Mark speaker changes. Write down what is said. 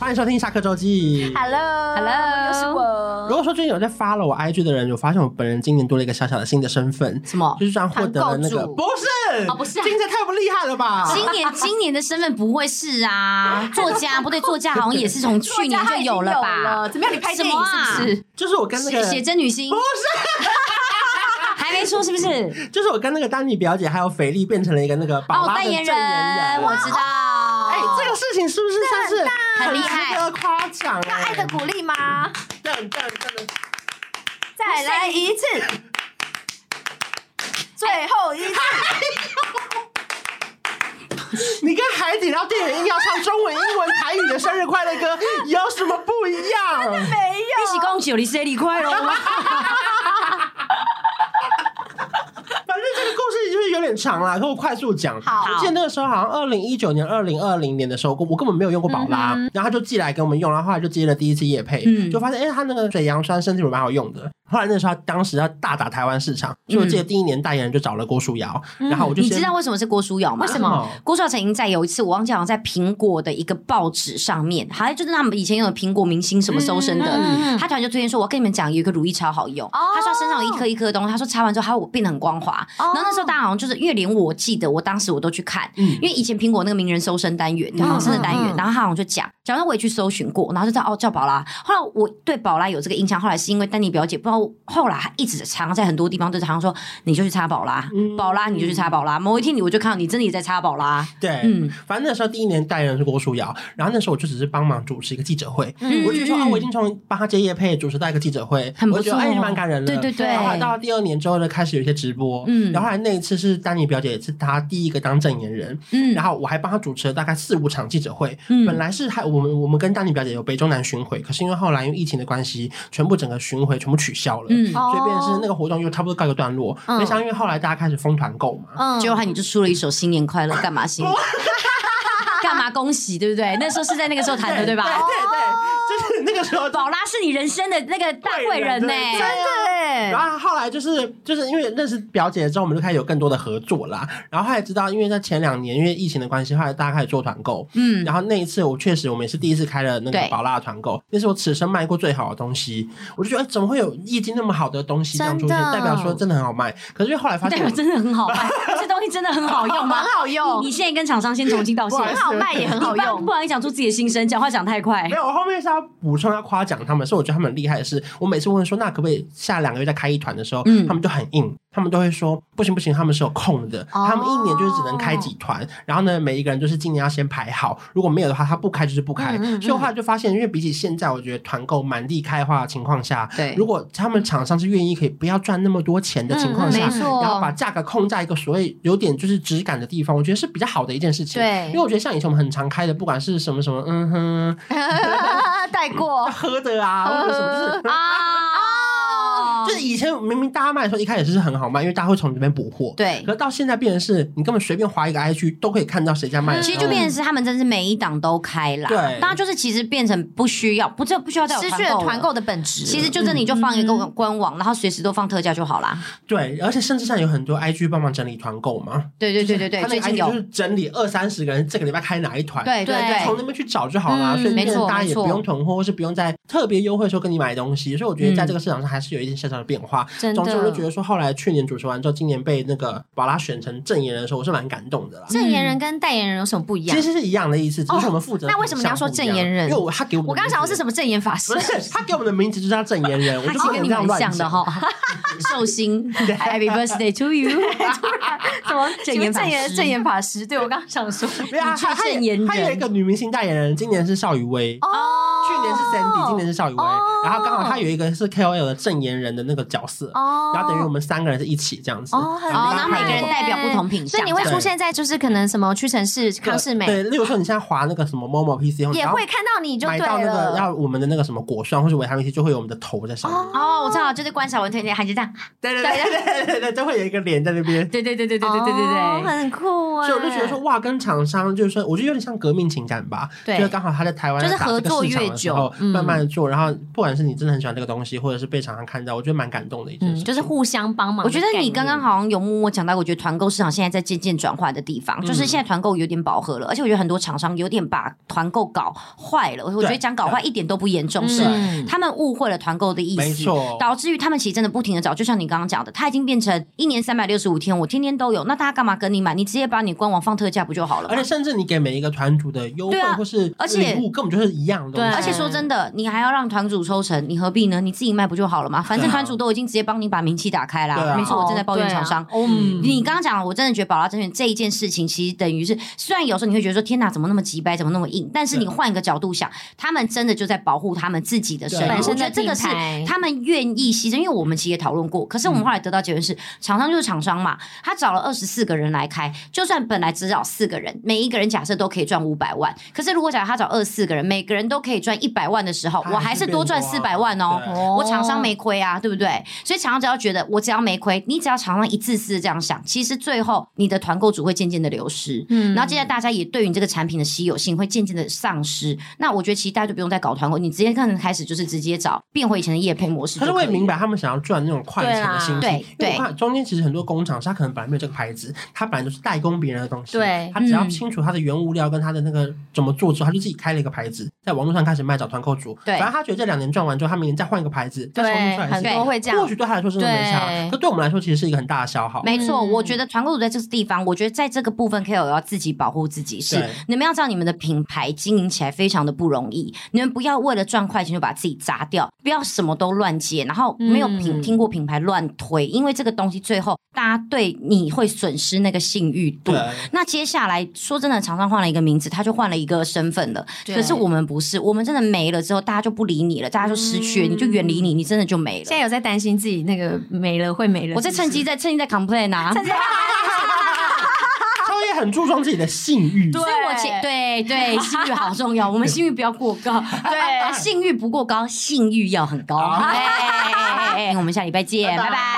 Speaker 1: 欢迎收听下课周记。
Speaker 2: Hello，
Speaker 3: 又是
Speaker 1: 如
Speaker 3: 我。
Speaker 1: 果说最近有在发了我 IG 的人，有发现我本人今年多了一个小小的新的身份，
Speaker 2: 什么
Speaker 1: 就是这样获得了那
Speaker 2: 团
Speaker 1: 个
Speaker 2: 购主
Speaker 1: 不是
Speaker 2: 哦不是啊
Speaker 1: 金姐太不厉害了吧？
Speaker 3: 啊
Speaker 2: 今年今年的身份不会是啊，作家不对，作家好像也是从去年就有了吧？
Speaker 3: 怎么样？你拍
Speaker 2: 什
Speaker 3: 电影
Speaker 2: 么啊
Speaker 3: 是不是？
Speaker 1: 就是我跟那
Speaker 2: 写写
Speaker 1: 个，
Speaker 2: 真女星不是，还没说是不是？
Speaker 1: 就是我跟那个丹尼表姐还有菲力变成了一个那个宝
Speaker 2: 哦，
Speaker 1: 拉的
Speaker 2: 代
Speaker 1: 证言
Speaker 2: 言人，
Speaker 1: 人。啊
Speaker 2: 我知道。
Speaker 1: 哎，这个事情是不是算是
Speaker 2: 很厉害
Speaker 1: 值得夸哎奖？
Speaker 3: 那爱的鼓励吗？
Speaker 1: 对对对对
Speaker 3: 再来一次，最后一次。
Speaker 1: 你跟海底捞店员硬要唱中文、英文、台语的生日快乐歌，有什么不一样？
Speaker 3: 没
Speaker 2: 一
Speaker 3: 有，
Speaker 2: 起恭喜你生日快乐！
Speaker 1: 反正这个故事就是有点长
Speaker 2: 嗯
Speaker 1: 啦，可我快速讲。
Speaker 3: 好
Speaker 1: 我记得那个时候好像二零一九年、二零二零年的时候，我根本没有用过宝拉，然后他就寄来给我们用，然后后来就接了第一次夜配，
Speaker 2: 嗯
Speaker 1: 就发现哎、他那个水杨酸身体乳蛮好用的。后来那时候他当时要大打台湾市场，所以我记得第一年代言人就找了郭书瑶，然 后我就
Speaker 2: 嗯你
Speaker 1: 先
Speaker 2: 知道为什么是郭书瑶吗？
Speaker 1: 为什么
Speaker 2: 郭书瑶曾经在有一次，我忘记好像在苹果的一个报纸上面，好像就是他们以前有苹果明星什么搜身的，
Speaker 3: 嗯
Speaker 2: 他突然就推荐说，我跟你们讲，有一个乳液超好用。
Speaker 3: 哦
Speaker 2: 他说他身上有一颗一颗的东西，他说擦完之后，他我变得很光滑。
Speaker 3: 哦
Speaker 2: 然后那时候大家好像就是因为连我记得，我当时我都去看，
Speaker 1: 嗯
Speaker 2: 因为以前苹果那个名人搜身单元，好身的单元，
Speaker 3: 嗯
Speaker 2: 然后他好像就讲，然后我也去搜寻过，然后就知道哦叫宝拉。后来我对宝拉有这个印象，后来是因为丹尼表姐，不知道后来她一直常常在很多地方都常常说，你就去擦宝拉，宝拉你就去擦宝拉。某一天你我就看到你真的也在擦宝拉，
Speaker 1: 对，
Speaker 2: 嗯
Speaker 1: 反正那时候第一年代言人是郭书瑶，然后那时候我就只是帮忙主持一个记者会，
Speaker 2: 嗯
Speaker 1: 我就觉得说
Speaker 2: 嗯
Speaker 1: 哦，我已经从帮他接业配主持到一个记者会，
Speaker 2: 很
Speaker 1: 我
Speaker 2: 不
Speaker 1: 就
Speaker 2: 错哦
Speaker 1: 觉得哎蛮感人的，
Speaker 2: 对对对
Speaker 1: 然后后来到了第二年之后呢，开始有一些直播，
Speaker 2: 嗯
Speaker 1: 然后后来那一次是丹妮表姐也是她第一个当证言人，
Speaker 2: 嗯
Speaker 1: 然后我还帮她主持了大概四五场记者会，
Speaker 2: 嗯
Speaker 1: 本来是还我们我们跟丹妮表姐有北中南巡回，可是因为后来因为疫情的关系，全部整个巡回全部取消了，
Speaker 2: 嗯
Speaker 1: 所以变成是那个活动又差不多告一个段落，没想到因为后来大家开始疯团购嘛，
Speaker 3: 嗯
Speaker 2: 结果你就出了一首新年快乐，干嘛新年？干嘛恭喜，对不对？那时候是在那个时候谈的，对吧？
Speaker 1: 对对对，就是那个时候
Speaker 2: 宝拉是你人生的那个大贵人呢、
Speaker 1: 对
Speaker 3: 真的哎
Speaker 1: 然，后后来就是就是因为认识表姐之后，我们就开始有更多的合作啦。然后后来知道，因为在前两年因为疫情的关系，后来大家开始做团购。
Speaker 2: 嗯
Speaker 1: 然后那一次我确实我们也是第一次开了那个
Speaker 2: 对
Speaker 1: 宝拉的团购，那是我此生卖过最好的东西。我就觉得、哎怎么会有业绩那么好的东西这样出现，
Speaker 3: 真的
Speaker 1: 代表说真的很好卖。可是因为后来发
Speaker 2: 代
Speaker 1: 现
Speaker 2: 表。真的很 好卖，这东西真的很好用吗
Speaker 3: 蛮？好用
Speaker 2: 你你，现在跟厂商先重新道歉，
Speaker 3: 很好卖也很好
Speaker 2: 你不然
Speaker 3: 用
Speaker 2: 不。然你讲出自己的心声，讲话讲太快
Speaker 3: 哎
Speaker 1: 没。有，我后面是要补充要夸奖他们，是我觉得他们很厉害的是，我每次问说那可不可以下两个月再开一团的时候，
Speaker 2: 嗯
Speaker 1: 他们就很硬，他们都会说不行不行，他们是有空的，
Speaker 3: 哦
Speaker 1: 他们一年就是只能开几团，然后呢每一个人就是今年要先排好，如果没有的话他不开就是不开，
Speaker 3: 嗯嗯嗯
Speaker 1: 所以我后来就发现，因为比起现在我觉得团购满地开花的情况下，
Speaker 2: 对
Speaker 1: 如果他们厂商是愿意可以不要赚那么多钱的情况下，
Speaker 3: 嗯嗯没错
Speaker 1: 然后把价格控在一个所谓有点就是质感的地方，我觉得是比较好的一件事情，
Speaker 3: 对
Speaker 1: 因为我觉得像以前我们很常开的，不管是什么什么嗯哼。
Speaker 3: 带过
Speaker 1: 喝的 啊，或者什
Speaker 2: 嗯
Speaker 1: 么，就是。
Speaker 2: 啊
Speaker 3: 哦
Speaker 1: 就是以前明明大家卖的时候，一开始是很好卖，因为大家会从你这边补货。
Speaker 2: 对
Speaker 1: 可是到现在变成是你根本随便划一个 IG 都可以看到谁家 卖的。
Speaker 2: 其实就变成是他们真是每一档都开啦，
Speaker 1: 对
Speaker 2: 当然就是其实变成不需要，不这不需要再有
Speaker 3: 失去了团
Speaker 2: 了嗯
Speaker 3: 购。的本质。
Speaker 2: 其实就这，你就放一个官网，然后随时都放特价就好啦。
Speaker 1: 对，而且甚至上有很多 IG 帮忙整理团购嘛。
Speaker 2: 对对对对对，
Speaker 1: 他那
Speaker 2: 最
Speaker 1: 个
Speaker 2: 近
Speaker 1: IG 就
Speaker 2: 有，
Speaker 1: 是整理二三十个人，这个礼拜开哪一团，
Speaker 2: 对对
Speaker 3: 对
Speaker 1: 从
Speaker 2: 对，
Speaker 1: 那边去找就好啦。
Speaker 3: 嗯
Speaker 1: 所以变
Speaker 2: 没
Speaker 1: 成
Speaker 2: 错
Speaker 1: 大家也
Speaker 2: 没错
Speaker 1: 不用囤货，或是不用在特别优惠的时候跟你买东西。所以我觉得在
Speaker 2: 嗯
Speaker 1: 这个市场上还是有一点小小的变化。
Speaker 3: 真
Speaker 1: 总之，我就
Speaker 3: 的
Speaker 1: 觉，得说，后来去年主持完之后，今年被那个宝拉选成正言人的时候，我是蛮感动的啦。
Speaker 3: 证言人跟代言人有什么不一样
Speaker 1: 其？实是一样的意思，只是我们负责的
Speaker 3: 那
Speaker 1: 品
Speaker 3: 为什么你要说
Speaker 1: 项不一样
Speaker 3: 证言人
Speaker 1: 因为我他给我们，
Speaker 3: 我刚刚想到是什么证言法师
Speaker 1: 不，是他给我们的名字就叫证言人，我
Speaker 2: 他
Speaker 1: 就
Speaker 2: 其
Speaker 1: 不
Speaker 2: 实
Speaker 1: 能
Speaker 2: 跟
Speaker 1: 这样
Speaker 2: 哦你很
Speaker 1: 乱
Speaker 2: 像的
Speaker 1: 讲
Speaker 2: 哈。， 寿星，Happy Birthday to you，
Speaker 3: 什么
Speaker 2: 证言法师
Speaker 3: 证言证言法师？ 对我刚刚想说，
Speaker 1: 没有啊，
Speaker 2: 你去
Speaker 1: 他他也
Speaker 2: 证言人哦
Speaker 1: 他有一个女明星代言人，今年是邵雨薇，
Speaker 3: 哦，
Speaker 1: 去年年是 Sandy，今年是邵雨薇，然后刚好他有一个是 KOL 的证言人的那个角色，
Speaker 3: 哦，
Speaker 1: 然后等于我们三个人是一起这样子，
Speaker 3: 哦很
Speaker 2: 然后
Speaker 3: 厉
Speaker 2: 然后
Speaker 3: 害
Speaker 2: 每个人代表不同品
Speaker 3: 所
Speaker 2: 相，
Speaker 3: 以你会
Speaker 1: 对
Speaker 3: 出现在就是可能什么屈臣氏、
Speaker 1: 对
Speaker 3: 康士美
Speaker 1: 对，例如说你现在划那个什么某某 PC 后，
Speaker 3: 也
Speaker 1: 然后
Speaker 3: 会看到你就
Speaker 1: 买
Speaker 3: 对
Speaker 1: 到那个
Speaker 3: 了。
Speaker 1: 要我们的那个什么果酸或是维他命 C，就会有我们的头在上面，
Speaker 3: 哦
Speaker 2: 哦，我知道，就是关晓雯推荐，还是这样，
Speaker 1: 对对对对对对，就会有一个脸在那边。
Speaker 2: 对对对对对对对
Speaker 3: 哦
Speaker 2: 对对。
Speaker 3: 很酷啊！
Speaker 1: 所以我就觉得说，哇，跟厂商就是说，我觉得有点像革命情感吧，
Speaker 3: 对
Speaker 1: 就是刚好他在台湾
Speaker 2: 就是
Speaker 1: 打这个
Speaker 2: 合作
Speaker 1: 市场的
Speaker 2: 越
Speaker 1: 时
Speaker 2: 久
Speaker 1: 候
Speaker 2: 嗯
Speaker 1: 慢慢做，然后不管是你真的很喜欢这个东西，或者是被厂商看到，我觉得蛮感动的一件
Speaker 3: 嗯，
Speaker 1: 事。
Speaker 3: 就是互相帮忙
Speaker 2: 我
Speaker 3: 的
Speaker 2: 觉
Speaker 3: 概
Speaker 2: 得
Speaker 3: 念。
Speaker 2: 你刚刚好像有默默讲到，我觉得团购市场现在在渐渐转换的地方，就是现在团购有点饱和了，而且我觉得很多厂商有点把团购搞坏了。我觉得讲搞坏一点都不严重，
Speaker 1: 啊
Speaker 2: 是
Speaker 3: 嗯
Speaker 2: 他们误会了团购的意
Speaker 1: 没
Speaker 2: 思
Speaker 1: 错，
Speaker 2: 导致于他们其实真的不停的找，就像你刚刚讲的，它已经变成一年三百六十五天，我天天都有，那大家干嘛跟你买？你直接把你官网放特价不就好了
Speaker 1: 而
Speaker 2: 吗
Speaker 1: 且？甚至你给每一个团主的优惠
Speaker 2: 对啊
Speaker 1: 或是
Speaker 2: 而且
Speaker 1: 礼物根本就是一样的东西，
Speaker 3: 对
Speaker 2: 而且说真的，你还要让团主抽成，你何必呢？你自己卖不就好了吗？反正
Speaker 1: 对啊
Speaker 2: 团主都已经直接帮你把名气打开啦。
Speaker 1: 对啊
Speaker 2: 没错，我正在抱怨厂商。
Speaker 3: 哦对啊嗯
Speaker 2: 你刚刚讲，我真的觉得宝拉甄选这一件事情，其实等于是，虽然有时候你会觉得说天哪，怎么那么急掰，怎么那么硬，但是你
Speaker 1: 对
Speaker 2: 换一个角度想，他们真的就在保护他们自己的生意。
Speaker 1: 对本
Speaker 2: 我觉
Speaker 3: 身的
Speaker 2: 得这个是
Speaker 3: 品牌
Speaker 2: 他们愿意牺牲，因为我们其实也讨论过，可是我们后来得到结论是，厂商就是厂商嘛，他找了二十四个人来开，就算本来只找四个人，每一个人假设都可以赚五百万，可是如果假设他找二十四个人，每个人都可以赚一百万的时候，我还是多赚四百万哦。
Speaker 1: 啊对
Speaker 3: 哦
Speaker 2: 我厂商没亏啊，对不对？所以厂商只要觉得我只要没亏，你只要厂商一自私的这样想，其实最后你的团购组会渐渐的流失，
Speaker 3: 嗯
Speaker 2: 然后接下来大家也对于你这个产品的稀有性会渐渐的丧失。那我觉得其实大家就不用再搞团购，你直接可能开始就是直接找变回以前的业配模式
Speaker 1: 可
Speaker 2: 就是以
Speaker 1: 我也明
Speaker 2: 了。
Speaker 1: 白他们想要赚那种快
Speaker 3: 啊
Speaker 1: 钱的心情，
Speaker 2: 对啦
Speaker 1: 因为
Speaker 2: 对
Speaker 1: 我看中间其实很多工厂，是他可能本来没有这个牌子，他本来就是代工别人的东西，
Speaker 3: 对
Speaker 1: 他只要
Speaker 2: 嗯
Speaker 1: 清楚他的原物料跟他的那个怎么做之后，他就自己开了一个牌子，在网络上开始卖找团购主，
Speaker 2: 对
Speaker 1: 反正他觉得这两年赚完之后，他明年再换一个牌子，再重新
Speaker 3: 对
Speaker 1: 出来
Speaker 3: 很
Speaker 1: 是
Speaker 3: 多会这样
Speaker 1: 或，许对他来说真的没差，
Speaker 3: 对
Speaker 1: 可对我们来说其实是一个很大的消耗，
Speaker 2: 没错，
Speaker 3: 嗯
Speaker 2: 我觉得团购组在这个地方，我觉得在这个部分 KOL 要自己保护自己是
Speaker 1: 对，
Speaker 2: 你们要知道你们的品牌经营起来非常的不容易，你们不要为了赚快钱就把自己砸掉，不要什么都乱接，然后没有品、
Speaker 3: 嗯
Speaker 2: 听过品牌乱推，因为这个东西最后大家对你会损失那个信誉度
Speaker 1: 对。，
Speaker 2: 那接下来说真的，厂商换了一个名字，他就换了一个身份了。
Speaker 3: 对
Speaker 2: 可是我们不是，我们真的没了之后，大家就不理你了，大家就失去了，
Speaker 3: 嗯
Speaker 2: 你就远离你，你真的就没
Speaker 3: 现在
Speaker 2: 了。
Speaker 3: 有在担心自己那个没了会没了，
Speaker 2: 我在趁机
Speaker 3: 在
Speaker 2: 在趁机在 complain 啊，
Speaker 3: 趁机在
Speaker 1: 他也很注重自己的信誉，
Speaker 3: 对
Speaker 2: 所以我前对对，信誉好重要，我们信誉不要过高，对，信誉不过高，信誉要很高。哎我们下礼拜见，拜
Speaker 1: 拜拜
Speaker 2: 拜。